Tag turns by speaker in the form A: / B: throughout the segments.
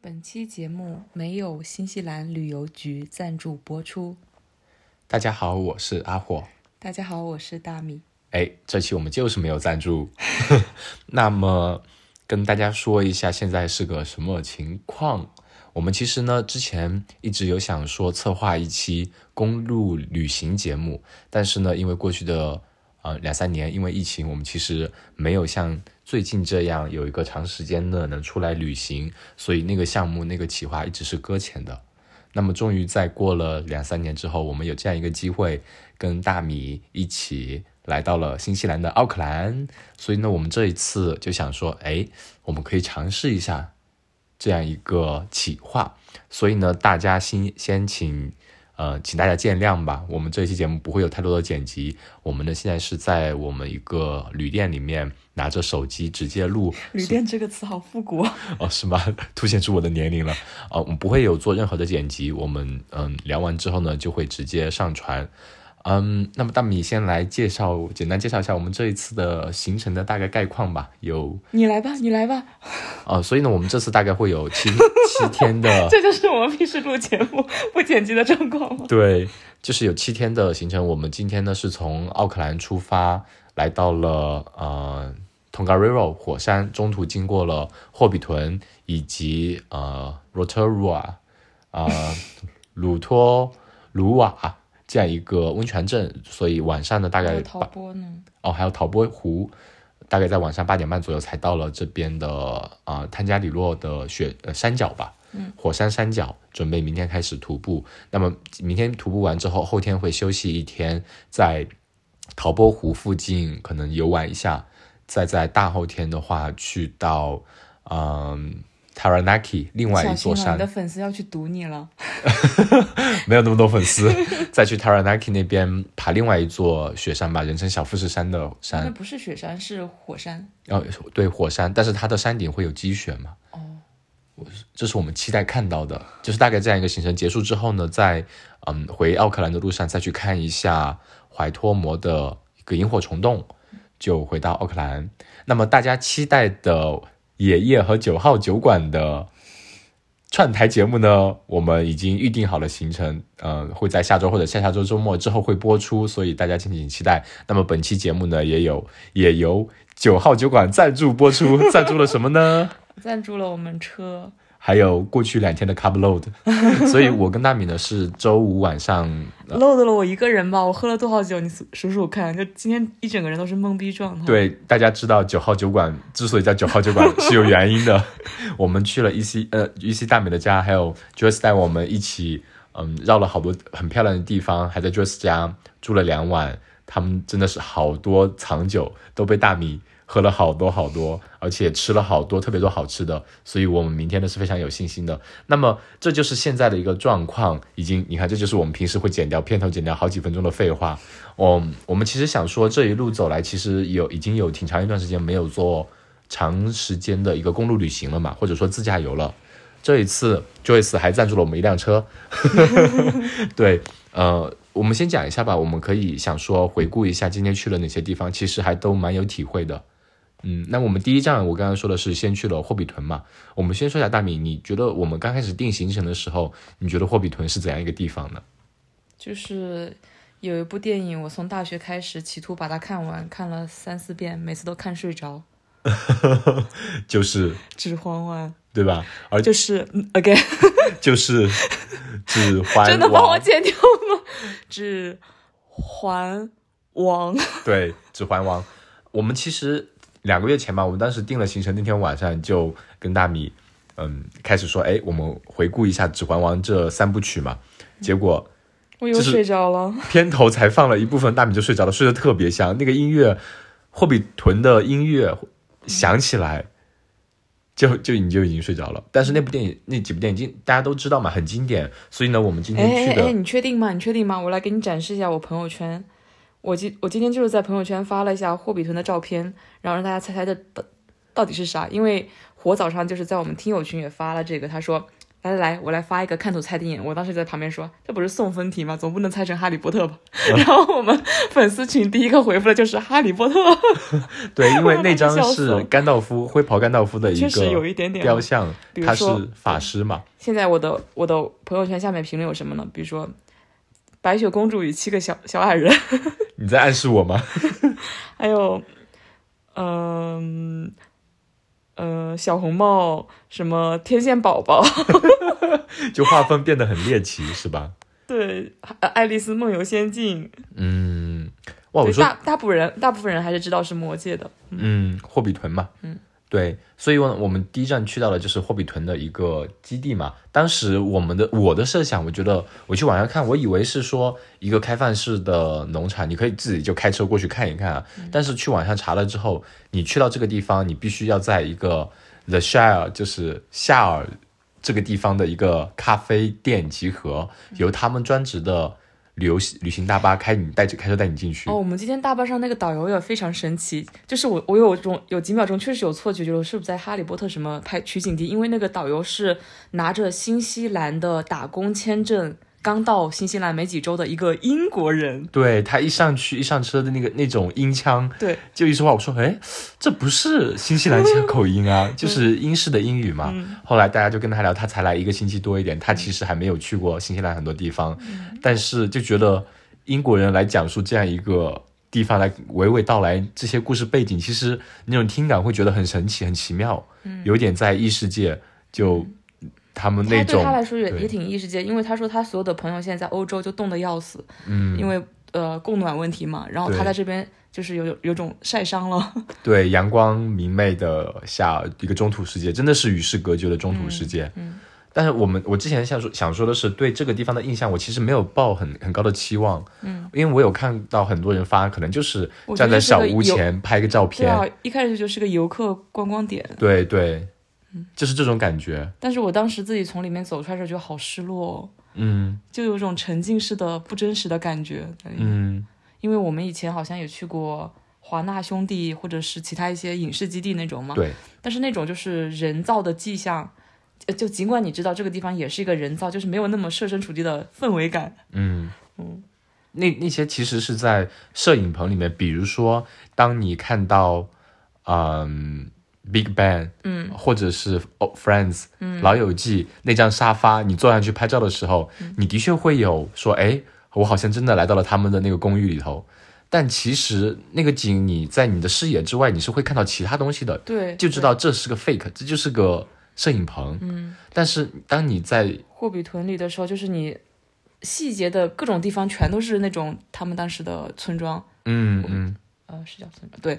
A: 本期节目没有新西兰旅游局赞助播出。
B: 大家好，我是阿火。
A: 大家好，我是大米。
B: 哎，这期我们就是没有赞助。 那么跟大家说一下，现在是个什么情况？我们其实呢，之前一直有想说策划一期公路旅行节目，但是呢，因为过去的呃两三年，因为疫情，我们其实没有像最近这样有一个长时间的能出来旅行，所以那个项目那个企划一直是搁浅的。那么，终于在过了两三年之后，我们有这样一个机会，跟大米一起来到了新西兰的奥克兰。所以呢，我们这一次就想说，哎，我们可以尝试一下这样一个企划。所以呢，大家先先请，呃，请大家见谅吧。我们这一期节目不会有太多的剪辑，我们呢现在是在我们一个旅店里面拿着手机直接录，
A: 旅店这个词好复古。啊
B: 哦，是吗？ 凸显出我的年龄了。啊、我们不会有做任何的剪辑，我们嗯聊完之后呢，就会直接上传。嗯，那么大米先来介绍，简单介绍一下我们这一次的行程的大概概况吧。有
A: 你来吧，你来吧，
B: 啊、所以呢，我们这次大概会有七 七天的，
A: 这就是我们平时录节目不剪辑的状况吗？
B: 对，就是有七天的行程。我们今天呢是从奥克兰出发，来到了呃 Tongariro 火山，中途经过了霍比屯以及呃 Rotorua 呃鲁托鲁瓦这样一个温泉镇，所以晚上呢大概
A: 有陶
B: 八
A: 波呢？
B: 哦，还有陶波湖，大概在晚上八点半左右才到了这边的啊、呃、汤加里洛的雪呃山脚吧，嗯，火山山脚，准备明天开始徒步。那么明天徒步完之后，后天会休息一天，在陶波湖附近可能游玩一下，再在大后天的话去到嗯。Taranaki 另外一
A: 小
B: 座
A: 心啊，
B: 山
A: 你的，粉丝要去堵你了。
B: 没有那么多粉丝，再去 Taranaki 那边爬另外一座雪山吧，人称小富士山的山
A: 那。不是雪山，是火山。
B: 哦，对，火山，但是它的山顶会有积雪嘛？
A: 哦，
B: 这是我们期待看到的，就是大概这样一个行程结束之后呢，在嗯回奥克兰的路上再去看一下怀托摩的一个萤火虫洞，就回到奥克兰。那么大家期待的野夜和九号酒馆的串台节目呢，我们已经预定好了行程，呃，会在下周或者下下周周末之后会播出，所以大家敬请期待。那么本期节目呢，也有也由九号酒馆赞助播出， 赞助了什么呢？
A: 赞助了我们车，
B: 还有过去两天的 carb load，所以我跟大米呢是周五晚上，
A: 漏的了我一个人吧。我喝了多少酒？你数数数看，就今天一整个人都是懵逼状态。，
B: 对大家知道九号酒馆之所以叫九号酒馆是有原因的，我们去了 EC 呃 EC 大米的家，还有 Joyce 带我们一起，嗯，绕了好多很漂亮的地方，还在 Joyce 家住了两晚，他们真的是好多藏酒都被大米。喝了好多好多，而且吃了好多特别多好吃的，所以我们明天呢是非常有信心的。那么这就是现在的一个状况，已经你看，这就是我们平时会剪掉片头，剪掉好几分钟的废话。嗯，我们其实想说，这一路走来，其实有已经有挺长一段时间没有做长时间的一个公路旅行了嘛，或者说自驾游了。这一次，Joyce 还赞助了我们一辆车。 对，呃，我们先讲一下吧，我们可以想说回顾一下今天去了哪些地方，其实还都蛮有体会的。嗯，那我们第一站，我刚刚说的是先去了霍比屯嘛。我们先说一下大米，你觉得我们刚开始定行程的时候，你觉得霍比屯是怎样一个地方呢？
A: 就是有一部电影，我从大学开始企图把它看完，看了三四遍，每次都看睡着，
B: 就是
A: 指环湾。
B: 对吧？而
A: 就是嗯 again，
B: 就是指 环
A: 真的帮我
B: 王
A: 剪掉吗？ 指环王，
B: 对，指环王。我们其实两个月前吧，我们当时定了行程，那天晚上就跟大米，嗯，开始说，哎，我们回顾一下《指环王》这三部曲嘛。结果
A: 我又
B: 就是
A: 睡着了。
B: 片头才放了一部分，大米就睡着了，睡得特别香。那个音乐，霍比屯的音乐响起来，就就你就已经睡着了。但是那部电影，那几部电影经大家都知道嘛，很经典。所以呢，我们今
A: 哎
B: 天
A: 哎
B: 去的，
A: 哎，你确定吗？你确定吗？我来给你展示一下我朋友圈。我今我今天就是在朋友圈发了一下霍比屯的照片，然后让大家猜猜这到到底是啥。因为火早上就是在我们听友群也发了这个，他说来来来，我来发一个看图猜电影。我当时在旁边说，这不是送分题吗？总不能猜成哈利波特吧？ 然后我们粉丝群第一个回复的就是哈利波特，
B: 对，因 为那
A: 我
B: 张
A: 当时笑死
B: 是
A: 了
B: 甘道夫灰袍甘道夫的一
A: 确实有
B: 个
A: 一点点。
B: 雕像，
A: 比如
B: 他是
A: 说
B: 法师嘛，
A: 现在我的我的朋友圈下面评论有什么呢？比如说《白雪公主与七个小小矮人》，
B: 你在暗示我吗？
A: 还有，嗯、呃，小红帽，什么天线宝宝，
B: 就划分变得很猎奇是吧？
A: 对，呃爱丽丝梦游仙境，
B: 嗯，哇，我
A: 对，
B: 说
A: 大大部分人大部分人还是知道是魔界的，
B: 嗯，霍比屯嘛，嗯，对，所以我我们第一站去到了就是霍比屯的一个基地嘛。当时我们的我的设想，我觉得我去网上看，我以为是说一个开放式的农场，你可以自己就开车过去看一看啊。但是去网上查了之后，你去到这个地方，你必须要在一个 The Shire，就是夏尔这个地方的一个咖啡店集合，由他们专职的旅游旅行大巴开你带着开车带你进去。
A: 哦，我们今天大巴上那个导游也非常神奇，就是我我有种有几秒钟确实有错觉，觉得我是不是在《哈利波特》什么拍取景地？因为那个导游是拿着新西兰的打工签证，刚到新西兰没几周的一个英国人。
B: 对他一上去一上车的那个那种音腔，
A: 对，
B: 就一说话我说，哎，这不是新西兰腔口音
A: 嗯
B: 啊，就是英式的英语嘛。后来大家就跟他聊，他才来一个星期多一点，他其实还没有去过新西兰很多地方，
A: 嗯
B: 但是就觉得英国人来讲述这样一个。地方来娓娓道来这些故事背景，其实那种听感会觉得很神奇、很奇妙，
A: 嗯
B: 有点在异世界，就他们那
A: 他对
B: 种
A: 他来说也
B: 对
A: 也挺异世界，因为他说他所有的朋友现在在欧洲就冻得要死，嗯，因为呃供暖问题嘛，然后他
B: 对
A: 在这边就是有有种晒伤了，
B: 对阳光明媚的下一个中土世界，真的是与世隔绝的中土世界。嗯，但是我们我之前想说想说的是，对这个地方的印象，我其实没有抱很很高的期望。嗯，因为我有看到很多人发，可能就是
A: 我觉
B: 站
A: 得
B: 在
A: 这是
B: 小
A: 个
B: 屋
A: 游
B: 前拍个照
A: 对
B: 片，
A: 啊，一开始就是个游客观光点，
B: 对对，就是这种感觉。
A: 但是我当时自己从里面走出来的时候，觉得好失落、哦，
B: 嗯
A: 就有种沉浸式的不真实的感觉。
B: 嗯，
A: 因为我们以前好像也去过华纳兄弟或者是其他一些影视基地那种嘛，
B: 对，
A: 但是那种就是人造的迹象，呃就尽管你知道这个地方也是一个人造，就是没有那么设身处地的氛围感。
B: 嗯，那那些其实是在摄影棚里面，比如说当你看到，嗯。Big Bang，嗯，或者是哦 Friends，嗯，老友记那张沙发，你坐上去拍照的时候，你的确会有说，哎，我好像真的来到了他们的那个公寓里头。但其实那个景，你在你的视野之外，你是会看到其他东西的，
A: 对，
B: 就知道这是个 fake，这就是个摄影棚。嗯，但是当你在
A: 霍比屯里的时候，就是你细节的各种地方全都是那种他们当时的村庄，
B: 嗯嗯
A: 呃，是叫村庄对。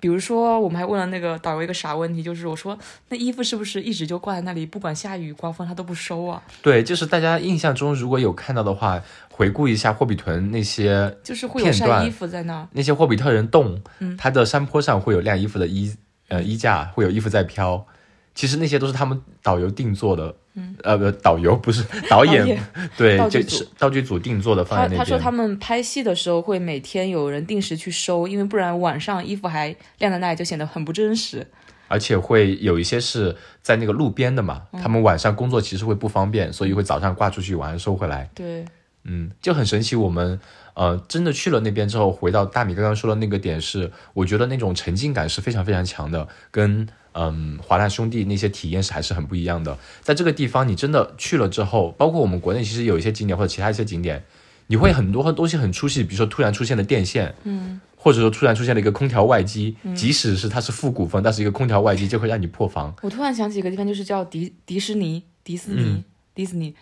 A: 比如说，我们还问了那个导游一个傻问题，就是我说那衣服是不是一直就挂在那里，不管下雨刮风它都不收啊？
B: 对，就是大家印象中如果有看到的话，回顾一下霍比屯那些
A: 就是会有
B: 片段
A: 晒衣服在那儿。
B: 那些霍比特人洞，
A: 嗯
B: 它的山坡上会有晾衣服的衣呃衣架，会有衣服在飘。其实那些都是他们导游定做的，嗯，呃，不，导游不是导演，
A: 演
B: 对，
A: 道具
B: 就
A: 组
B: 是道具组定做的放
A: 他
B: 在那
A: 他说
B: 边。
A: 他们拍戏的时候会每天有人定时去收，因为不然晚上衣服还晾在那里就显得很不真实。
B: 而且会有一些是在那个路边的嘛，
A: 嗯
B: 他们晚上工作其实会不方便，所以会早上挂出去，晚上收回来。
A: 对，
B: 嗯，就很神奇。我们呃，真的去了那边之后，回到大米刚刚说的那个点是，我觉得那种沉浸感是非常非常强的，跟嗯华纳兄弟那些体验是还是很不一样的。在这个地方，你真的去了之后，包括我们国内其实有一些景点或者其他一些景点，你会很多东西很出戏，比如说突然出现的电线，嗯，或者说突然出现了一个空调外机，即使是它是复古风，但是一个空调外机就会让你破防。
A: 我突然想起一个地方，就是叫迪迪士尼、迪士尼、迪士尼，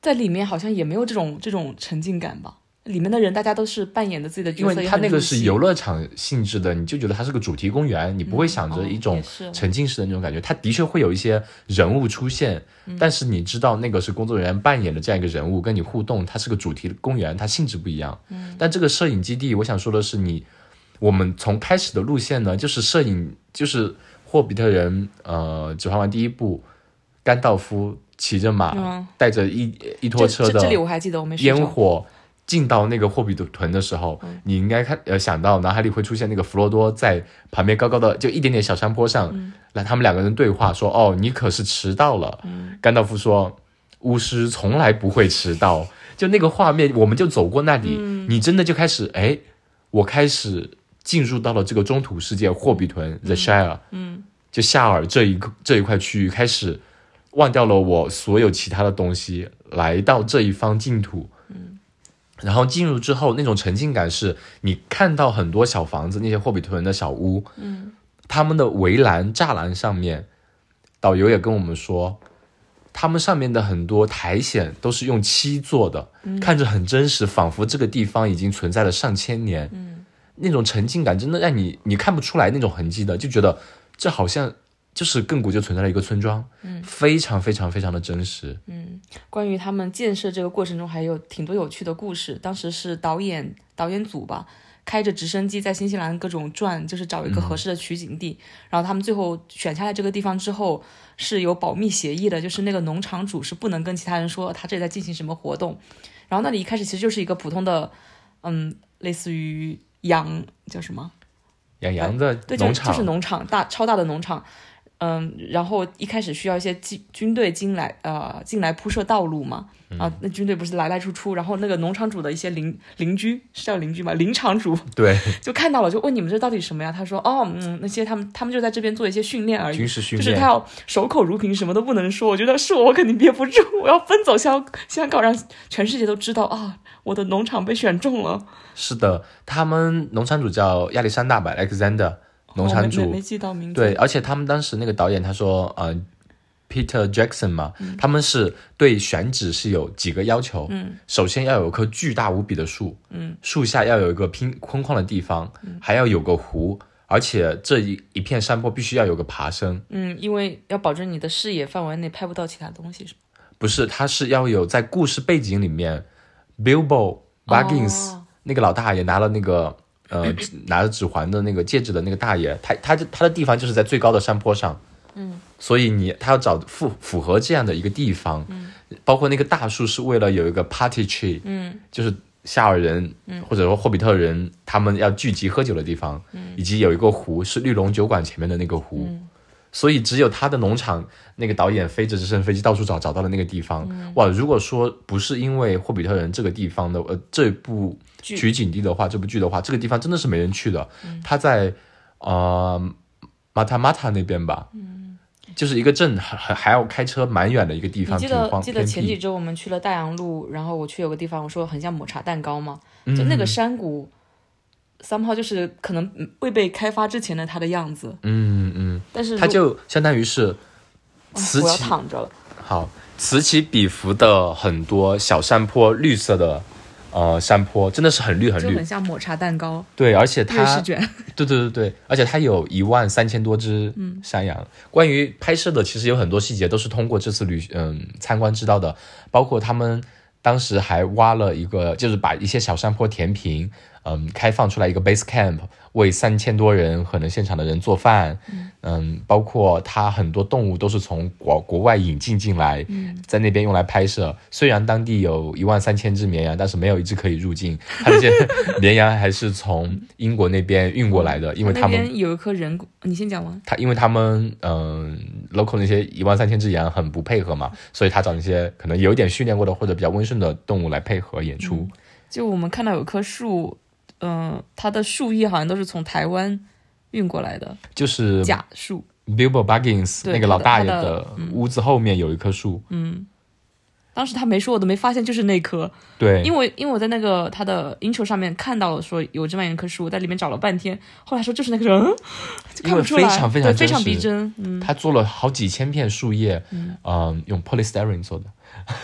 A: 在里面好像也没有这种这种沉浸感吧？里面的人大家都是扮演的自己的角
B: 因
A: 色，
B: 为
A: 也
B: 它
A: 很
B: 那个
A: 入
B: 是
A: 戏
B: 游乐场性质的，你就觉得它是个主题公园，你不会想着一
A: 哦
B: 种
A: 也是
B: 沉浸式的那种感觉。它的确会有一些人物出现，
A: 嗯
B: 但是你知道那个是工作人员扮演的这样一个人物跟你互动，它是个主题公园，它性质不一样。
A: 嗯
B: 但这个摄影基地，我想说的是你，我们从开始的路线呢，就是摄影，就是《霍比特人》呃，《指环王》第一部，甘道夫骑着马，
A: 嗯
B: 带着一一拖
A: 这
B: 车
A: 这
B: 的
A: 这里我还记得，我没睡
B: 烟
A: 着。
B: 火。进到那个霍比屯的时候，你应该看呃想到脑海里会出现那个弗罗多在旁边高高的就一点点小山坡上，那、他们两个人对话说：“哦，你可是迟到了。甘道夫说：“巫师从来不会迟到。”就那个画面，我们就走过那里，你真的就开始哎，我开始进入到了这个中土世界霍比屯 The Shire，嗯，就夏尔这一这一块区域开始。忘掉了我所有其他的东西，来到这一方净土，然后进入之后，那种沉浸感是你看到很多小房子，那些霍比特人的小屋，嗯，他们的围栏、栅栏上面，导游也跟我们说，他们上面的很多苔藓都是用漆做的，看着很真实，仿佛这个地方已经存在了上千年，嗯，那种沉浸感真的让你你看不出来那种痕迹的，就觉得这好像。就是亘古就存在了一个村庄，嗯，非常非常非常的真实，
A: 关于他们建设这个过程中，还有挺多有趣的故事。当时是导演导演组吧，开着直升机在新西兰各种转，就是找一个合适的取景地。然后他们最后选下来这个地方之后，是有保密协议的，就是那个农场主是不能跟其他人说他这里在进行什么活动。然后那里一开始其实就是一个普通的，嗯，类似于羊叫什么？
B: 养羊的
A: 对，就
B: 农
A: 是
B: 场，
A: 就是农场，大超大的农场。嗯，然后一开始需要一些军军队进来，呃，进来铺设道路嘛。
B: 嗯
A: 啊，那军队不是来来出出，然后那个农场主的一些邻邻居是叫邻居吗？林场 主
B: 对，
A: 就看到了，就问你们这到底什么呀？他说，哦，嗯，那些他们他们就在这边做一些训练而已，
B: 军事训
A: 就是他
B: 练，
A: 要守口如瓶，什么都不能说。我觉得是我，我肯定憋不住，我要奔走香香港，让全世界都知道啊，我的农场被选中了。
B: 是的，他们农场主叫亚历山大吧，Alexander，农
A: 哦
B: 场
A: 没
B: 主，
A: 没没记到名字，
B: 对，而且他们当时那个导演他说，呃，Peter Jackson 嘛，
A: 嗯
B: 他们是对选址是有几个要求，嗯，首先要有一棵巨大无比的树，嗯，树下要有一个平空旷的地方，
A: 嗯
B: 还要有个湖，而且这一一片山坡必须要有个爬升，
A: 嗯，因为要保证你的视野范围内拍不到其他东西，是吧？
B: 不是，它是要有在故事背景里面，Bilbo Baggins、
A: 哦
B: 那个老大爷拿了那个呃 拿着指环的那个戒指的那个大爷，他他就他的地方就是在最高的山坡上，嗯，所以你他要找符符合这样的一个地方，嗯，包括那个大树是为了有一个 party tree，嗯，就是夏尔人，嗯，或者说霍比特人他们要聚集喝酒的地方，嗯，以及有一个湖是绿龙酒馆前面的那个湖，所以只有他的农场那个导演飞着直升飞机到处找，找到了那个地方。
A: 嗯
B: 哇，如果说不是因为《霍比特人》这个地方的呃这部
A: 剧
B: 取景地的话，这部剧的话，这个地方真的是没人去的。
A: 嗯
B: 他在呃马塔马塔那边吧，就是一个镇，还还还要开车蛮远的一个地
A: 你
B: 方，
A: 记
B: 挺
A: 得
B: 荒
A: 记得
B: 偏
A: 前几
B: 僻。
A: 周我们去了大洋路，然后我去有个地方，我说很像抹茶蛋糕嘛，
B: 嗯
A: 就那个山谷，somehow 就是可能未被开发之前的它的样子，
B: 嗯嗯，
A: 但是
B: 它
A: 如
B: 就相当于是此
A: 哦我要
B: 起
A: 躺着了，
B: 好，此起彼伏的很多小山坡，绿色的呃山坡，真的是很绿很
A: 就
B: 绿
A: 很。像抹茶蛋糕、
B: 对，而且
A: 瑞士
B: 它，
A: 卷，
B: 对对对对，而且它有一万三千多只山羊。关于拍摄的，其实有很多细节都是通过这次旅嗯参观知道的，包括他们当时还挖了一个，就是把一些小山坡填平，嗯，开放出来一个 base camp，为三千多人可能现场的人做饭，嗯包括它很多动物都是从国国外引进进来，在那边用来拍摄。虽然当地有一万三千只绵羊，但是没有一只可以入境，它这些绵羊还是从英国那边运过来的，因为
A: 那
B: 他们
A: 边有一棵人，你先讲完。
B: 他因为他们嗯、local 那些一万三千只羊很不配合嘛，所以他找那些可能有一点训练过的或者比较温顺的动物来配合演出。
A: 嗯就我们看到有棵树，嗯、它的树叶好像都是从台湾运过来的
B: 就是
A: 假树，
B: Bilbo Baggins
A: 对
B: 那个老大爷
A: 他的嗯
B: 的屋子后面有一棵树，
A: 当时他没说，我都没发现就是那棵，
B: 对，
A: 因为因为我在那个他的 intro 上面看到了说有这么一棵树，在里面找了半天，后来说就是那个人，嗯就看不出来，
B: 因为非常非常
A: 对非常
B: 真实
A: 逼真，嗯，
B: 他做了好几千片树叶，嗯、用 polystyrene 做的，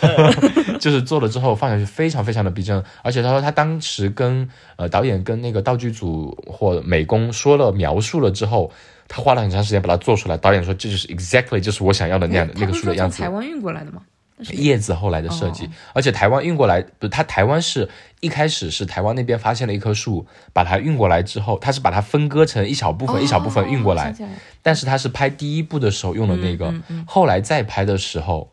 A: 嗯
B: 就是做了之后放上去非常非常的逼真，而且他说他当时跟呃导演跟那个道具组或美工说了描述了之后，他花了很长时间把它做出来，导演说这就是 exactly 就是我想要的那样的
A: 他
B: 那个
A: 不是
B: 树
A: 说
B: 的样
A: 从
B: 子
A: 台。湾运过来的吗？
B: 叶子后来的设
A: 哦
B: 计，而且台湾运过来，不，它台湾是一开始是台湾那边发现了一棵树，把它运过来之后，它是把它分割成一小部
A: 哦
B: 分、一小部分运过来
A: 想，起了
B: 但是他是拍第一部的时候用的那个，后来再拍的时候，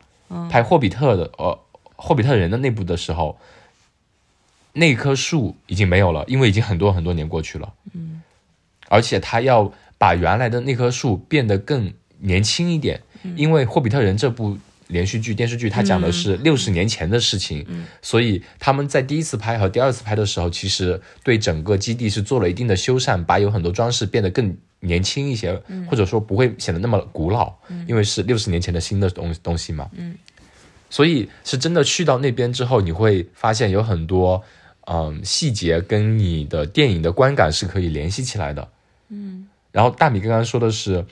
B: 拍霍比特的呃霍比特人的那部的时候，那棵树已经没有了，因为已经很多很多年过去了。嗯，而且他要把原来的那棵树变得更年轻一点，因为《霍比特人》这部连续剧电视剧，它讲的是六十年前的事情，所以他们在第一次拍和第二次拍的时候，其实对整个基地是做了一定的修缮，把有很多装饰变得更年轻一些，或者说不会显得那么古老，因为是六十年前的新的东东西嘛。嗯，所以是真的去到那边之后，你会发现有很多嗯细节跟你的电影的观感是可以联系起来的。嗯，然后大米刚刚说的是，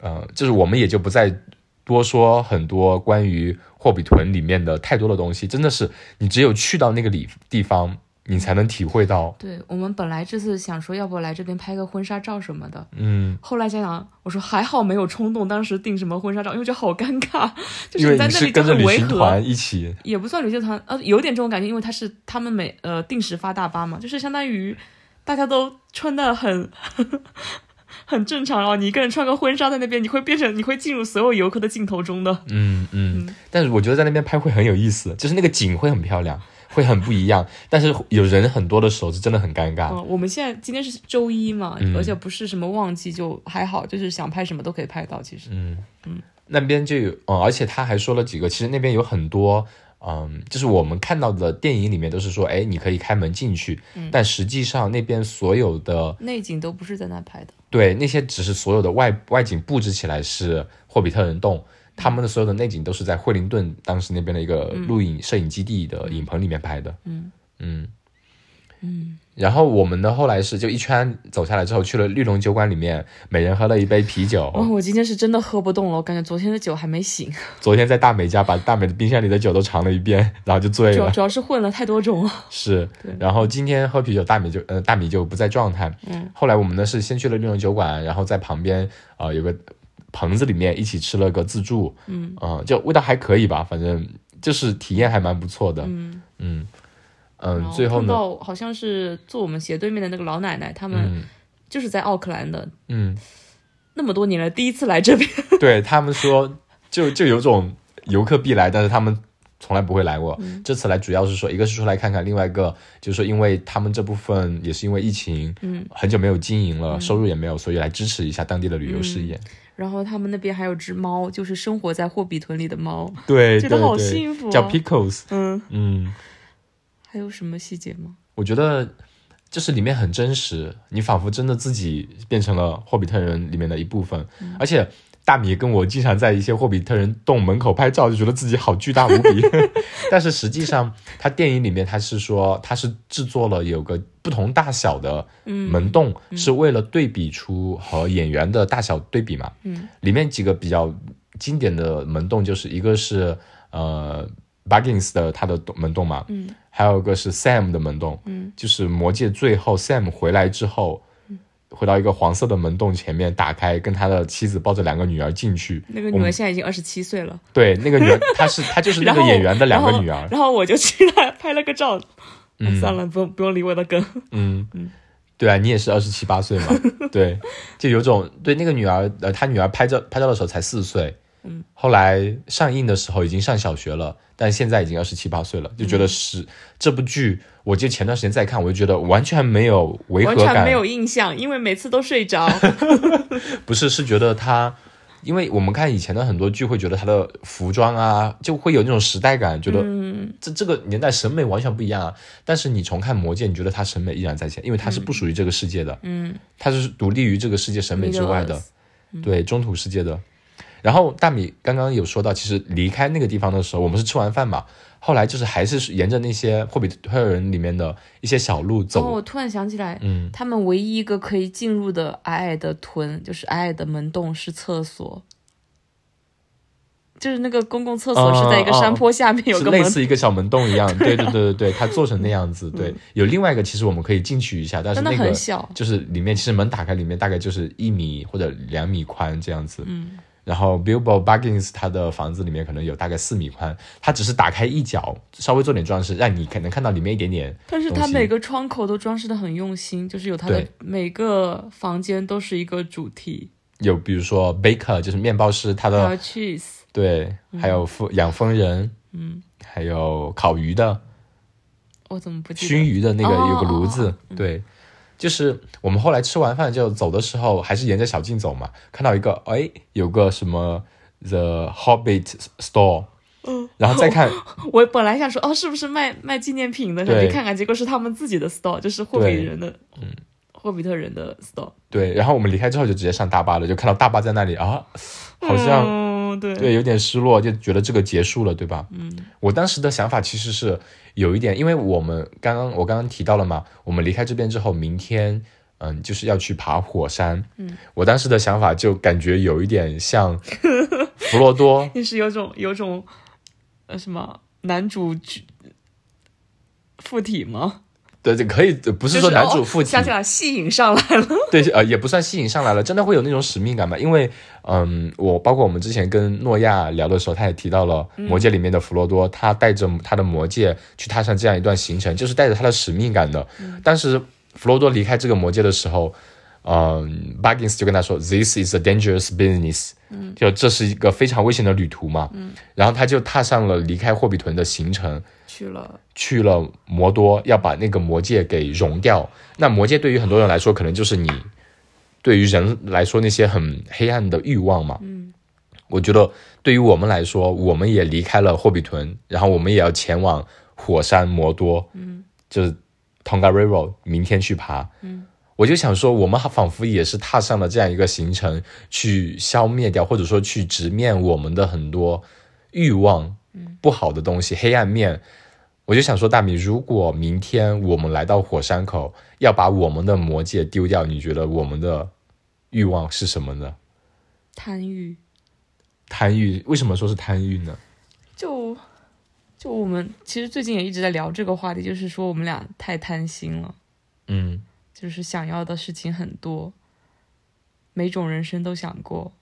B: 呃，就是我们也就不再多说很多关于霍比屯里面的太多的东西，真的是你只有去到那个里地方，你才能体会到。
A: 对我们本来这次想说，要不来这边拍个婚纱照什么的，
B: 嗯，
A: 后来想想，我说还好没有冲动，当时订什么婚纱照，因为觉得好尴尬，就
B: 因
A: 是
B: 为
A: 在
B: 你
A: 那
B: 是
A: 里就
B: 跟着
A: 很
B: 旅
A: 违
B: 行
A: 和，
B: 团一起，
A: 也不算旅行团，呃，有点这种感觉，因为他是他们每呃定时发大巴嘛，就是相当于大家都穿的很 很正常，然后你一个人穿个婚纱在那边，你会变成你会进入所有游客的镜头中的，
B: 嗯嗯。但是我觉得在那边拍会很有意思，就是那个景会很漂亮，会很不一样。但是有人很多的时候是真的很尴尬。
A: 嗯，我们现在今天是周一嘛，
B: 嗯
A: 而且不是什么旺季，就还好，就是想拍什么都可以拍到。其实，
B: 嗯，那边就有，嗯，而且他还说了几个，其实那边有很多，嗯，就是我们看到的电影里面都是说，哎，你可以开门进去，但实际上那边所有的
A: 内景都不是在那拍的。
B: 对那些只是所有的外外景布置起来是霍比特人洞，他们的所有的内景都是在惠灵顿当时那边的一个录影摄影基地的影棚里面拍的，嗯嗯然后我们呢，后来是就一圈走下来之后，去了绿龙酒馆里面，每人喝了一杯啤酒。
A: 哇、哦我今天是真的喝不动了，我感觉昨天的酒还没醒，
B: 昨天在大美家把大美的冰箱里的酒都尝了一遍， 然后就醉
A: 主要
B: 了。
A: 主要是混了太多种了。
B: 是，然后今天喝啤酒，大米就呃大米就不在状态。嗯，后来我们呢是先去了绿龙酒馆，然后在旁边呃有个棚子里面一起吃了个自助。嗯，呃，就味道还可以吧，反正就是体验还蛮不错的。嗯嗯嗯、
A: 然后
B: 最后
A: 碰
B: 呢，
A: 到好像是坐我们斜对面的那个老奶奶，他们
B: 嗯
A: 就是在奥克兰的，
B: 嗯，
A: 那么多年来第一次来这边。
B: 对他们说，就就有种游客必来，但是他们从来不会来过。
A: 嗯
B: 这次来主要是说，一个是出来看看，另外一个就是说，因为他们这部分也是因为疫情，嗯，很久没有经营
A: 嗯
B: 了，收入也没有，所以来支持一下当地的旅游事业。
A: 然后他们那边还有只猫，就是生活在霍比屯里的猫。
B: 对，
A: 觉得
B: 对
A: 好
B: 对
A: 幸福啊
B: 叫 Pickles，
A: 嗯，
B: 嗯，
A: 还有什么细节吗？
B: 我觉得。就是里面很真实，你仿佛真的自己变成了霍比特人里面的一部分，
A: 嗯
B: 而且大米跟我经常在一些霍比特人洞门口拍照，就觉得自己好巨大无比。但是实际上，它电影里面它是说，它是制作了有个不同大小的
A: 嗯
B: 门洞，是为了对比出和演员的大小对比嘛。嗯，里面几个比较经典的门洞，就是一个是呃 Buggins 的他的门洞嘛，嗯，还有一个是 Sam 的门洞，嗯，就是魔界最后 Sam 回来之后。
A: 嗯
B: 回到一个黄色的门洞前面，打开，跟他的妻子抱着两个女儿进去。
A: 那个女儿现在已经二十七岁了。
B: 对，那个女儿，她是她就是那
A: 然
B: 个
A: 后
B: 演员的两个
A: 然后
B: 女儿。
A: 然后我就去那拍了个照。嗯，算了，不用不用理我的梗。
B: 嗯，对啊，你也是二十七八岁嘛，对，就有种对那个女儿，呃，她女儿拍照拍照的时候才四岁，嗯，后来上映的时候已经上小学了，但现在已经二十七八岁了，就
A: 嗯
B: 觉得是、这部剧，我记得前段时间再看，我就觉得完全没有违和
A: 完
B: 感，
A: 全没有印象，因为每次都睡着。
B: 不是，是觉得他，因为我们看以前的很多剧，会觉得他的服装啊，就会有那种时代感，觉得
A: 嗯
B: 这这个年代审美完全不一样啊。但是你重看《魔戒》，你觉得他审美依然在线，因为他是不属于这个世界的，嗯，他是独立于这个世界审美之外
A: Middle
B: 的
A: Earth，嗯
B: 对中土世界的。然后大米刚刚有说到，其实离开那个地方的时候，我们是吃完饭嘛，后来就是还是沿着那些霍比特人里面的一些小路
A: 哦，
B: 走，
A: 我突然想起来，
B: 嗯，
A: 他们唯一一个可以进入的矮矮的屯，就是矮矮的门洞是厕所，就是那个公共厕所是在一个山坡下面有
B: 啊是
A: 个
B: 类
A: 门，
B: 似一个小门洞一样， 对对对对对，它做成那样子，对。有另外一个，其实我们可以进去一下，但是
A: 嗯真的
B: 那个
A: 很小。
B: 就是里面其实门打开，里面大概就是一米或者两米宽这样子。嗯。然后 Bilbo Baggins 他的房子里面可能有大概四米宽，他只是打开一角，稍微做点装饰，让你可能看到里面一点点。
A: 但是它
B: 东西
A: 每个窗口都装饰的很用心，就是有它的
B: 对
A: 每个房间都是一个主题，
B: 有比如说 Baker 就是面包师，他的
A: 还有 cheese，嗯
B: 对，还有疯养蜂人，嗯，还有烤鱼的，
A: 我怎么不记
B: 熏
A: 得？
B: 鱼的那个
A: 哦
B: 有个炉子，
A: 哦哦
B: 对，就是我们后来吃完饭就走的时候，还是沿着小径走嘛，看到一个哎有个什么 The Hobbit Store，嗯，然后 再看
A: 我本来想说，哦，是不是卖卖纪念品的？想去
B: 对
A: 看看，结果是他们自己的 store，就是霍比
B: 对
A: 人的，嗯，霍比特人的 store。
B: 对，然后我们离开之后就直接上大巴了，就看到大巴在那里啊，好像、
A: 嗯，对，
B: 对，有点失落，就觉得这个结束了，对吧？嗯，我当时的想法其实是有一点，因为我们刚刚我刚刚提到了嘛，我们离开这边之后，明天嗯就是要去爬火山，嗯，我当时的想法就感觉有一点像 弗罗多，
A: 就是有种有种呃什么男主剧附体吗？
B: 对，这可以不
A: 就是
B: 说男主
A: 哦
B: 父亲
A: 想起，来戏引上来了，
B: 对，呃，也不算吸引上来了，真的会有那种使命感吧？因为，嗯，我包括我们之前跟诺亚聊的时候，他也提到了《魔戒》里面的弗罗多，他带着他的魔戒去踏上这样一段行程，就是带着他的使命感的。当时弗罗多离开这个魔戒的时候，嗯，Baggins 就跟他说：“This is a dangerous business。”就这是一个非常危险的旅途嘛。然后他就踏上了离开霍比屯的行程。
A: 去了
B: 去了魔多，要把那个魔戒给融掉。那魔戒对于很多人来说，可能就是你对于人来说那些很黑暗的欲望嘛。嗯，我觉得对于我们来说，我们也离开了霍比屯，然后我们也要前往火山魔多。嗯，就是 Tongariro，明天去爬。嗯。我就想说，我们仿佛也是踏上了这样一个行程，去消灭掉，或者说去直面我们的很多欲望、不好的东西、黑暗面，我就想说，大米，如果明天我们来到火山口，要把我们的魔戒丢掉，你觉得我们的欲望是什么呢？
A: 贪欲，
B: 贪欲？为什么说是贪欲呢？
A: 就就我们其实最近也一直在聊这个话题，就是说我们俩太贪心了，
B: 嗯，
A: 就是想要的事情很多，每种人生都想过，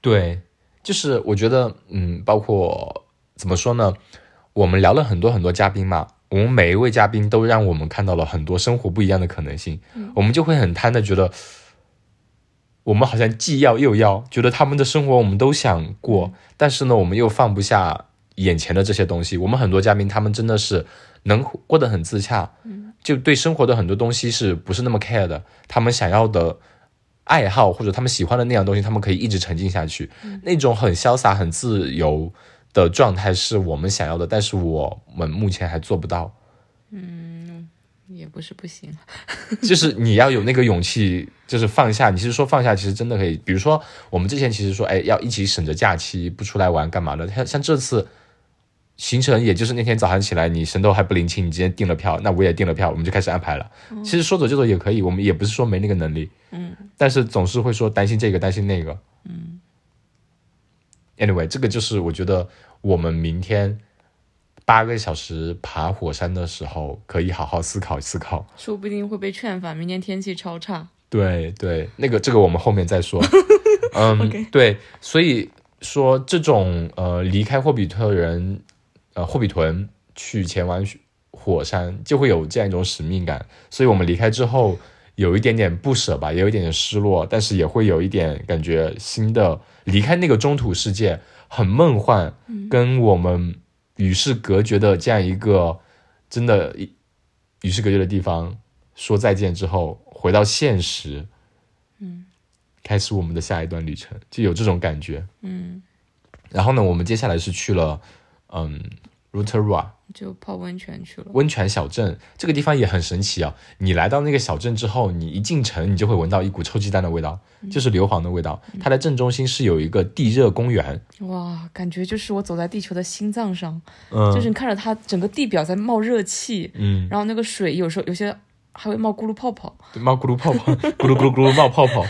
B: 对，就是我觉得，嗯，包括怎么说呢，我们聊了很多很多嘉宾嘛，我们每一位嘉宾都让我们看到了很多生活不一样的可能性，我们就会很贪的觉得，我们好像既要又要，觉得他们的生活我们都想过，但是呢，我们又放不下眼前的这些东西。我们很多嘉宾他们真的是能过得很自洽，就对生活的很多东西是不是那么 care 的，他们想要的。爱好或者他们喜欢的那样东西，他们可以一直沉浸下去，那种很潇洒、很自由的状态是我们想要的，但是我们目前还做不到。
A: 也不是不行。啊
B: 就是你要有那个勇气，就是放下。你是说放下，其实真的可以。比如说，我们之前其实说，哎，要一起省着假期不出来玩干嘛的。像像这次行程，也就是那天早上起来，你神都还不灵清，你今天订了票，那我也订了票，我们就开始安排了。其实说走就走也可以，我们也不是说没那个能力，嗯，但是总是会说担心这个，担心那个，嗯。Anyway，这个就是我觉得我们明天。八个小时爬火山的时候，可以好好思考思考。
A: 说不定会被劝返，明天天气超差。
B: 对对，那个这个我们后面再说。 嗯对，所以说这种呃离开霍比特人，呃霍比屯去前往火山，就会有这样一种使命感。所以我们离开之后，有一点点不舍吧，也有一点点失落，但是也会有一点感觉新的离开那个中土世界很梦幻，跟我们与世隔绝的这样一个真的与与世隔绝的地方说再见之后，回到现实，嗯，开始我们的下一段旅程，就有这种感觉，嗯。然后呢，我们接下来是去了，嗯，Rotorua
A: 就泡温泉去了，
B: 温泉小镇，这个地方也很神奇啊。你来到那个小镇之后，你一进城，你就会闻到一股臭鸡蛋的味道，
A: 嗯
B: 就是硫磺的味道。它的正中心是有一个地热公园，
A: 哇，感觉就是我走在地球的心脏上，
B: 嗯，
A: 就是你看着它整个地表在冒热气，
B: 嗯，
A: 然后那个水有时候有些还会冒咕噜泡泡，
B: 冒咕噜泡泡，咕噜咕噜咕噜冒泡泡。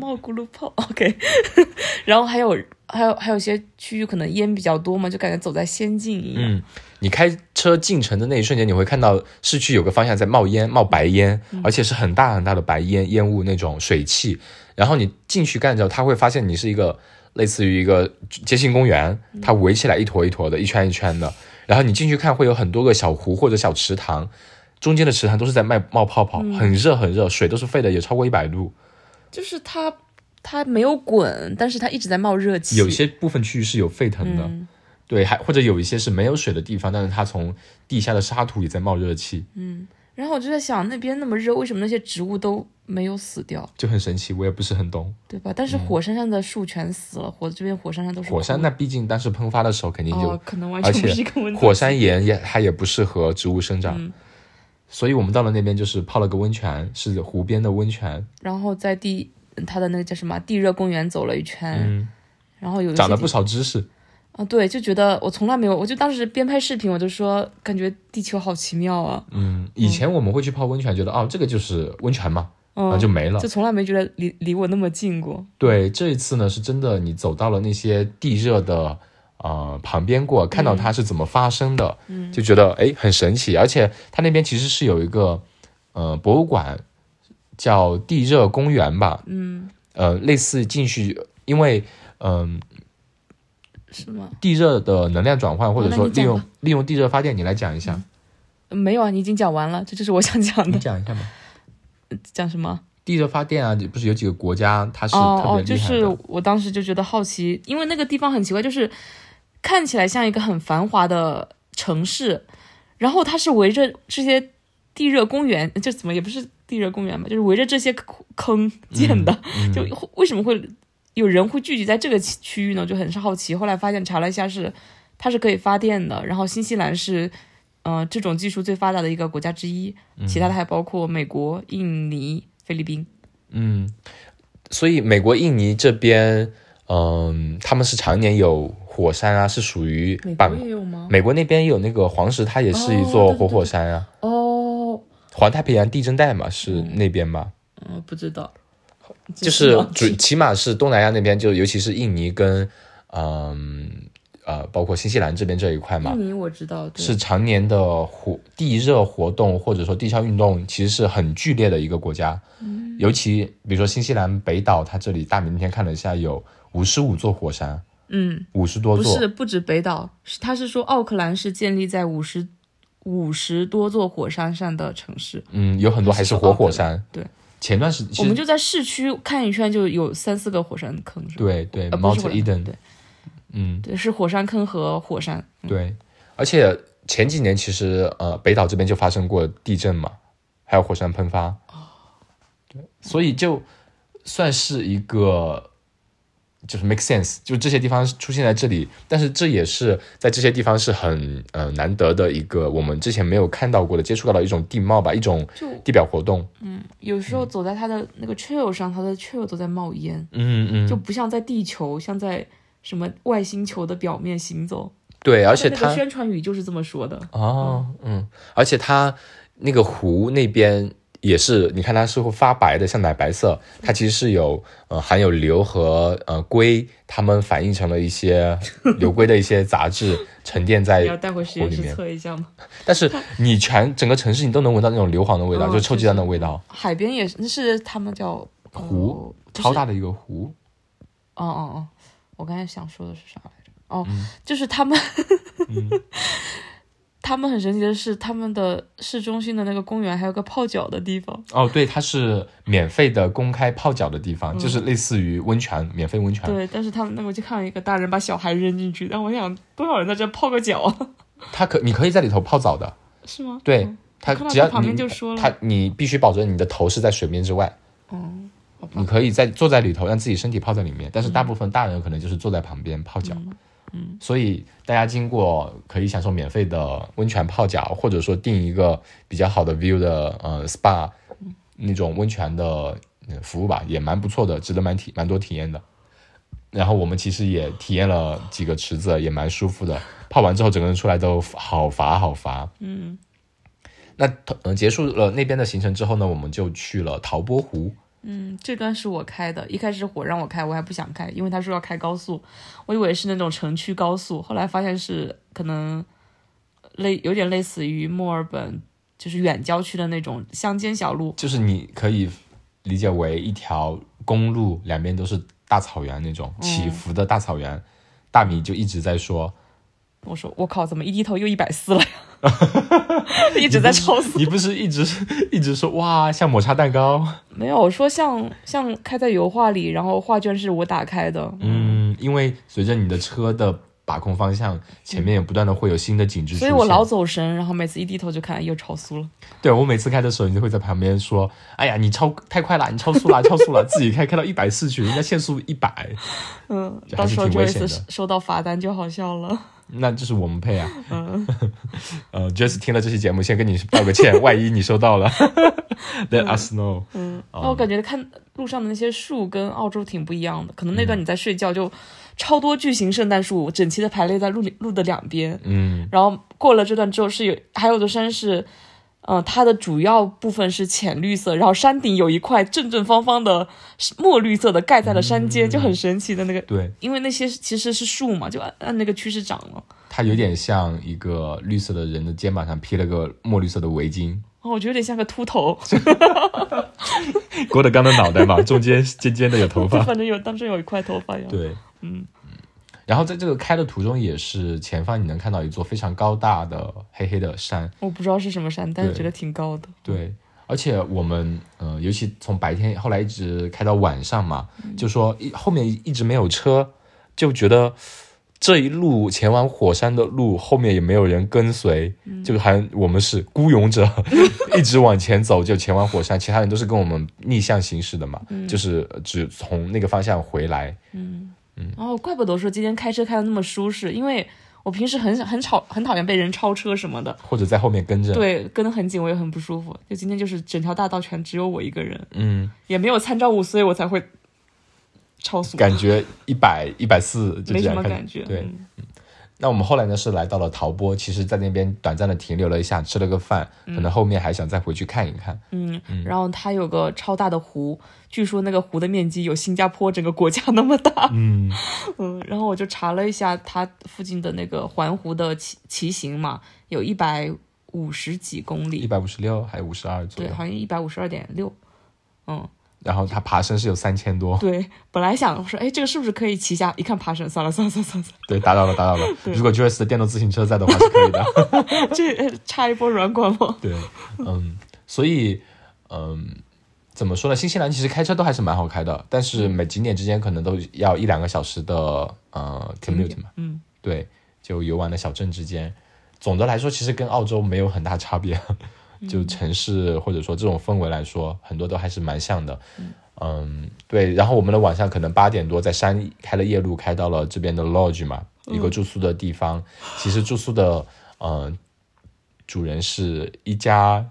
A: 冒咕噜泡 ，OK，然后还有还有还有一些区域可能烟比较多嘛，就感觉走在仙境一样。
B: 嗯，你开车进城的那一瞬间，你会看到市区有个方向在冒烟，冒白烟，而且是很大很大的白烟烟雾那种水汽。然后你进去干之后，他会发现你是一个类似于一个街心公园，它围起来一坨一坨的，一圈一圈的。然后你进去看，会有很多个小湖或者小池塘，中间的池塘都是在卖冒泡泡，很热很热，水都是沸的，也超过一百度。
A: 就是它它没有滚，但是它一直在冒热气。
B: 有些部分区域是有沸腾的。对，还或者有一些是没有水的地方，但是它从地下的沙土里在冒热气，
A: 然后我就在想，那边那么热，为什么那些植物都没有死掉，
B: 就很神奇。我也不是很懂。
A: 对吧？但是火山上的树全死了，火这边火山上都是
B: 嗯火山
A: 枯
B: 那毕竟当时喷发的时候肯定就
A: 哦，可能完
B: 而
A: 全不
B: 且
A: 是一个问题。
B: 火山岩也它也不适合植物生长，
A: 嗯
B: 所以我们到了那边就是泡了个温泉，是湖边的温泉，
A: 然后在地它的那个叫什么地热公园走了一圈，
B: 嗯，
A: 然后有一些
B: 长了
A: 地
B: 不少知识。
A: 啊，对，就觉得我从来没有，我就当时边拍视频，我就说感觉地球好奇妙啊，
B: 嗯，以前我们会去泡温泉，觉得哦这个就是温泉嘛，然后
A: 嗯，
B: 就没了。
A: 就从来没觉得离离我那么近过，
B: 对，这一次呢是真的，你走到了那些地热的呃旁边过，
A: 嗯
B: 看到它是怎么发生的，就觉得哎很神奇。而且它那边其实是有一个呃博物馆，叫地热公园吧，嗯，呃类似进去，因为嗯、
A: 是吗？
B: 地热的能量转换或者
A: 哦那
B: 说
A: 你
B: 利
A: 讲
B: 用
A: 吧
B: 利用地热发电，你来讲一下，
A: 呃没有啊，你已经讲完了，这就是我想讲
B: 嗯你
A: 的。
B: 讲一下吧。
A: 讲什么？
B: 地热发电啊，不是有几个国家它是
A: 哦
B: 特
A: 哦，
B: 别
A: 就
B: 厉害的，
A: 是我当时就觉得好奇，因为那个地方很奇怪，就是看起来像一个很繁华的城市，然后它是围着这些地热公园，就怎么也不是地热公园吧，就是围着这些坑坑建的，
B: 嗯
A: 就会为什么会有人会聚集在这个区区域呢？就很是好奇。后来发现查了一下是，它是可以发电的。然后新西兰是，呃，这种技术最发达的一个国家之一，其他的还包括美国、印尼、菲律宾。
B: 嗯，所以美国、印尼这边，嗯，他们是常年有火山啊，是属于把美
A: 有吗？
B: 国那边有那个黄石，它也是一
A: 哦
B: 座
A: 对对
B: 活
A: 对
B: 火山啊，
A: 哦，
B: 环太平洋地震带嘛，是那边吧？
A: 嗯，不知道，
B: 就是
A: 忘
B: 主
A: 记
B: 起码是东南亚那边，就尤其是印尼跟嗯呃，包括新西兰这边这一块嘛，
A: 印尼我知道，对
B: 是常年的活地热活动或者说地壳运动，其实是很剧烈的一个国家。
A: 嗯
B: 尤其比如说新西兰北岛，它这里大明天看了一下，有五十五座火山，
A: 嗯，
B: 五十多
A: 不
B: 座
A: 是，不止北岛，是他是说奥克兰是建立在五十五十多座火山上的城市。
B: 嗯，有很多还是活火山。
A: 对，
B: 前段时
A: 我
B: 其
A: 们
B: 实
A: 就在市区看一圈，就有三四个火山坑，是吧？
B: 对对
A: 呃不
B: ，Mount
A: 是火山
B: Eden，
A: 对
B: 嗯，
A: 对，是火山坑和火山。
B: 对，而且前几年其实呃北岛这边就发生过地震嘛，还有火山喷发。对，所以就算是一个就是 make sense，就这些地方出现在这里，但是这也是在这些地方是很呃难得的一个我们之前没有看到过的、接触到的一种地貌吧，一种
A: 就
B: 地表活动。
A: 有时候走在它的那个 trail 上，它的 trail 都在冒烟，
B: 嗯嗯，
A: 就不像在地球，像在什么外星球的表面行走。
B: 对，而且
A: 它的那
B: 它
A: 个宣传语就是这么说的。
B: 哦，嗯，而且它那个湖那边也是，你看它是会发白的，像奶白色，
A: 嗯
B: 它其实是有呃含有硫和呃硅，它们反应成了一些硫硅的一些杂质 沉淀在
A: 你要带回实验
B: 湖哎里
A: 室
B: 面，
A: 测一下吗？
B: 但是你全整个城市你都能闻到那种硫磺的味道，
A: 哦
B: 就是臭鸡
A: 是
B: 蛋的味道，
A: 海边也是，是他们叫
B: 湖，
A: 呃就是
B: 超大的一个湖，
A: 哦哦哦，我刚才想说的是啥来着？哦，
B: 嗯
A: 就是他们， 他们很神奇的是，他们的市中心的那个公园还有个泡脚的地方。
B: 哦，对，它是免费的公开泡脚的地方，就是类似于温泉，免费温泉，
A: 嗯对，但是他们那个我就看到一个大人把小孩扔进去，但我想多少人在这泡个脚啊？
B: 它可你可以在里头泡澡的，
A: 是吗？
B: 对它
A: 嗯我看到
B: 只要
A: 它旁
B: 你
A: 边就说了
B: 它你必须保证你的头是在水面之外。哦，你可以在坐在里头，让自己身体泡在里面，但是大部分大人可能就是坐在旁边泡脚。嗯，所以大家经过可以享受免费的温泉泡脚，或者说订一个比较好的 view 的呃 SPA 那种温泉的呃服务吧，也蛮不错的，值得蛮体蛮多体验的。然后我们其实也体验了几个池子，也蛮舒服的。泡完之后，整个人出来都好乏好乏。那嗯、呃结束了那边的行程之后呢，我们就去了陶波湖。
A: 嗯，这段是我开的，一开始火让我开，我还不想开，因为他说要开高速，我以为是那种城区高速，后来发现是可能类有点类似于墨尔本就是远郊区的那种乡间小路。
B: 就是你可以理解为一条公路，两边都是大草原那种
A: 嗯
B: 起伏的大草原。大米就一直在说
A: 我说我靠，怎么一低头又一百四了呀？ 一直在超：“速。
B: 你不是一直一直说哇，像抹茶蛋糕
A: 没有，我说像像
B: 嗯
A: 开在油画里，然后画卷是我打开的。？”
B: 嗯，因为随着你的车的把控方向，前面也不断的会有新的景致出
A: 所
B: 现。
A: 以我老走神，然后每次一低头就看哎又超速了。
B: 对我每次开的时候，你就会在旁边说：“哎呀，你超太快了，你超速了，超速了！”自己开开到一百四去，人家限速一百，
A: 嗯，
B: 这还
A: 到
B: 是
A: 时候
B: 挺危
A: Joyce
B: 险的
A: 收收到罚单就好笑了。
B: 那就是我们配啊。 呃，Jess 听了这期节目，先跟你道个歉，万一你收到了，Let us know。
A: 嗯，那我感觉看路上的那些树跟澳洲挺不一样的，可能那
B: 嗯
A: 段你在睡觉就超多巨型圣诞树整齐的排列在路里路的两边，
B: 嗯，
A: 然后过了这段之后是有还有的山是，呃，它的主要部分是浅绿色，然后山顶有一块正正方方的墨绿色的盖在了山
B: 嗯
A: 间，就很神奇的那个，
B: 对，
A: 因为那些其实是树嘛，就按按那个趋势长了。
B: 它有点像一个绿色的人的肩膀上披了个墨绿色的围巾，
A: 哦，我觉得有点像个秃头，
B: 郭德纲的脑袋嘛，中间尖尖的有 头发。
A: 反正有当中有一块头发一样。
B: 对，嗯。然后在这个开的途中，也是前方你能看到一座非常高大的黑黑的山，
A: 我不知道是什么山，但是
B: 对
A: 觉得挺高的。
B: 对，而且我们呃，尤其从白天后来一直开到晚上嘛，
A: 嗯
B: 就说一后面一直没有车，就觉得这一路前往火山的路后面也没有人跟随，
A: 嗯
B: 就还我们是孤 勇者，一直往前走就前往火山，其他人都是跟我们逆向行驶的嘛，
A: 嗯
B: 就是呃只从那个方向回来。
A: 哦，怪不得说今天开车开的那么舒适，因为我平时很很吵，很讨厌被人超车什么的，
B: 或者在后面跟着，
A: 对，跟得很紧，我也很不舒服。就今天就是整条大道全只有我一个人，
B: 嗯，
A: 也没有参照物，所以我才会超速，
B: 感觉一百一百四就这
A: 没什
B: 样
A: 么
B: 看
A: 感觉。
B: 对，
A: 嗯
B: 那我们后来呢是来到了陶波，其实在那边短暂的停留了一下，吃了个饭，可能后面还想再回去看一看。
A: 嗯，然后它有个超大的湖，据说那个湖的面积有新加坡整个国家那么大。
B: 嗯，
A: 嗯，然后我就查了一下它附近的那个环湖的骑骑行嘛，有一百五十几公
B: 一
A: 里，
B: 百五十六还五十二左
A: 对，
B: 右，
A: 好像一百五十二点六。嗯，
B: 然后它爬升是有三千多，
A: 对，本来想我说，哎，这个是不是可以骑下？一看爬升，算了算了算了 算
B: 对，打扰了，打扰了。如果 Joyce 的电动自行车在的话是可以的。
A: 了，这呃插一波软管吗？
B: 对，嗯，所以，嗯，怎么说呢？新西兰其实开车都还是蛮好开的，但是每景点之间可能都要一两个小时的呃 commute 嘛。
A: 嗯，
B: 对，就游玩的小镇之间，总的来说其实跟澳洲没有很大差别， 就城市或者说这种氛围来说，很多都还是蛮像的。嗯，对。然后我们的晚上可能八点多在山开了夜路，开到了这边的 lodge 嘛，一个住宿的地方。其实住宿的呃主人是一家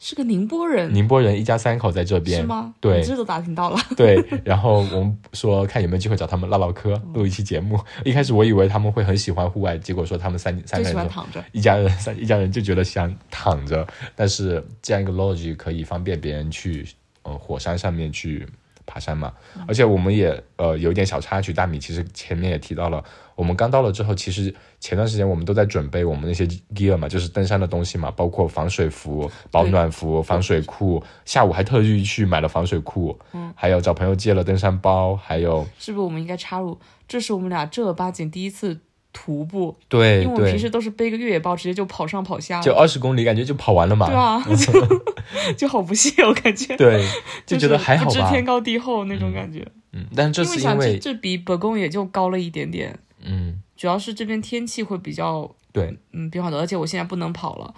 A: 是个宁波人
B: 宁波人，一家三口在这边
A: 是吗？
B: 对
A: 你这都打听到了。
B: 对，然后我们说看有没有机会找他们唠唠嗑，录一期节目。一开始我以为他们会很喜欢户外，结果说他们三
A: 最
B: 三个
A: 喜
B: 人
A: 欢
B: 说
A: 躺着，
B: 一家人三一家人就觉得想躺着，但是这样一个 lodge 可以方便别人去呃火山上面去爬山嘛。
A: 嗯
B: 而且我们也呃有一点小插曲，大米其实前面也提到了，我们刚到了之后，其实前段时间我们都在准备我们那些 gear 嘛，就是登山的东西嘛，包括防水服、保暖服、防水裤。下午还特意去买了防水裤，
A: 嗯
B: 还有找朋友借了登山包，还有
A: 是不是我们应该插入？这是我们俩正儿八经第一次徒步，因
B: 对
A: 为我们平
B: 对，
A: 时都是背个越野包，直接就跑上跑下了。
B: 就二十公里感觉就跑完了嘛。
A: 对啊，就 就好不屑，我感觉。
B: 对，就觉
A: 是
B: 得还好
A: 不知
B: 吧。
A: 天高地厚那种感觉。
B: 嗯，但是这次因
A: 想这
B: 为
A: 这比北贡也就高了一点点，
B: 嗯，
A: 主要是这边天气会比较
B: 对，
A: 嗯比较好的，而且我现在不能跑了，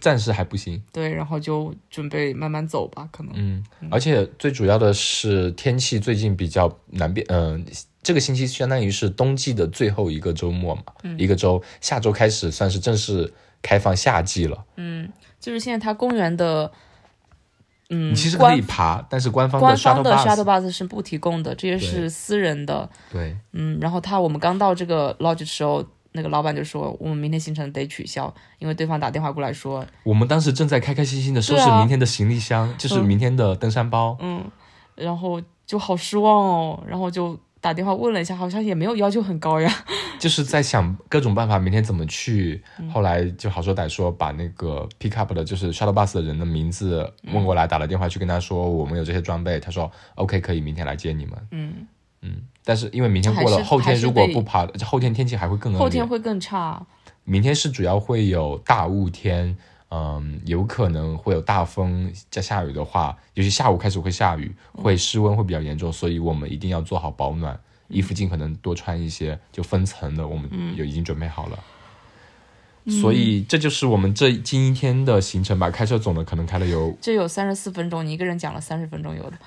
B: 暂时还不行。
A: 对，然后就准备慢慢走吧，可能。
B: 嗯，而且最主要的是天气最近比较难变，嗯、这个星期相当于是冬季的最后一个周末嘛，
A: 嗯
B: 一个周，下周开始算是正式开放夏季了。
A: 就是现在它公园的，嗯
B: 你，其实可
A: 官
B: 以爬，但是官方
A: 官
B: 的
A: 方
B: shuttle
A: 的 shuttle
B: bus
A: bus 是不提供的，这些是私人的。
B: 对，
A: 嗯，然后他我们刚到这个 lodge 的时候，那个老板就说我们明天行程得取消，因为对方打电话过来说，
B: 我们当时正在开开心心的收拾
A: 对啊
B: 明天的行李箱，就是明天的登山包。
A: 嗯，然后就好失望哦，然后就打电话问了一下，好像也没有要求很高呀。
B: 就是在想各种办法，明天怎么去。后来就好说歹说，把那个 pick up 的，就是 shuttle bus 的人的名字问过来，打了电话去跟他说我们有这些装备，他说 OK 可以，明天来接你们。
A: 嗯，
B: 嗯，但是因为明天过
A: 还
B: 了，
A: 是
B: 后天如果
A: 还是
B: 不
A: 得
B: 爬，后天天气还会更恶劣。
A: 后天会更差。
B: 明天是主要会有大雾天，嗯，有可能会有大风加下雨的话，尤其下午开始会下雨，会室温会比较严重，所以我们一定要做好保暖，衣服尽可能多穿一些，就分层的，我们
A: 嗯
B: 有已经准备好了。所以这就是我们这今一天的行程吧。开车总的可能开了有
A: 这有三十四分钟，你一个人讲了三十分钟有的。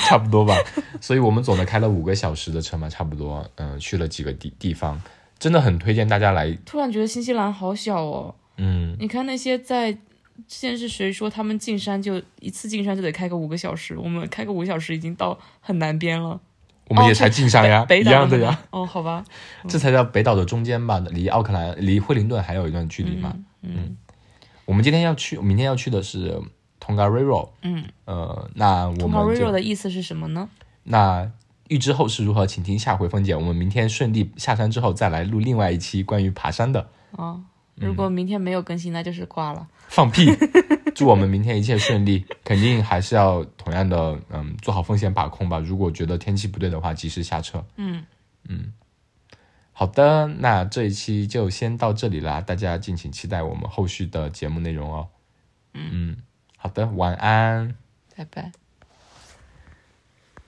B: 差 不多吧。所以我们总的开了五个小时的车嘛，差不多。嗯，去了几个地地方，真的很推荐大家来。
A: 突然觉得新西兰好小哦，
B: 嗯，
A: 你看那些在。之前是谁说他们进山就一次进山就得开个五个小时？我们开个五小时已经到很南边了，
B: 我们
A: 哦
B: 也
A: 是
B: 才进山呀，
A: 北
B: 一
A: 岛
B: 样的
A: 那
B: 呀
A: 边。哦，好吧，
B: 这才叫北岛的中间吧，离奥克兰、离惠灵顿还有一段距离嘛。嗯，我们今天要去，明天要去的是 Tongariro。嗯，呃，那我
A: t o m o r i r
B: 们
A: o
B: 就
A: 的意思是什么呢？
B: 那预知后事如何，请听下回分解。我们明天顺利下山之后，再来录另外一期关于爬山的。
A: 哦，如果明天没有更新，那就是挂了。
B: 放屁！祝我们明天一切顺利，肯定还是要同样的，嗯，做好风险把控吧。如果觉得天气不对的话，及时下车。嗯嗯，好的，那这一期就先到这里啦，大家敬请期待我们后续的节目内容哦。嗯，好的，晚安。
A: 拜拜。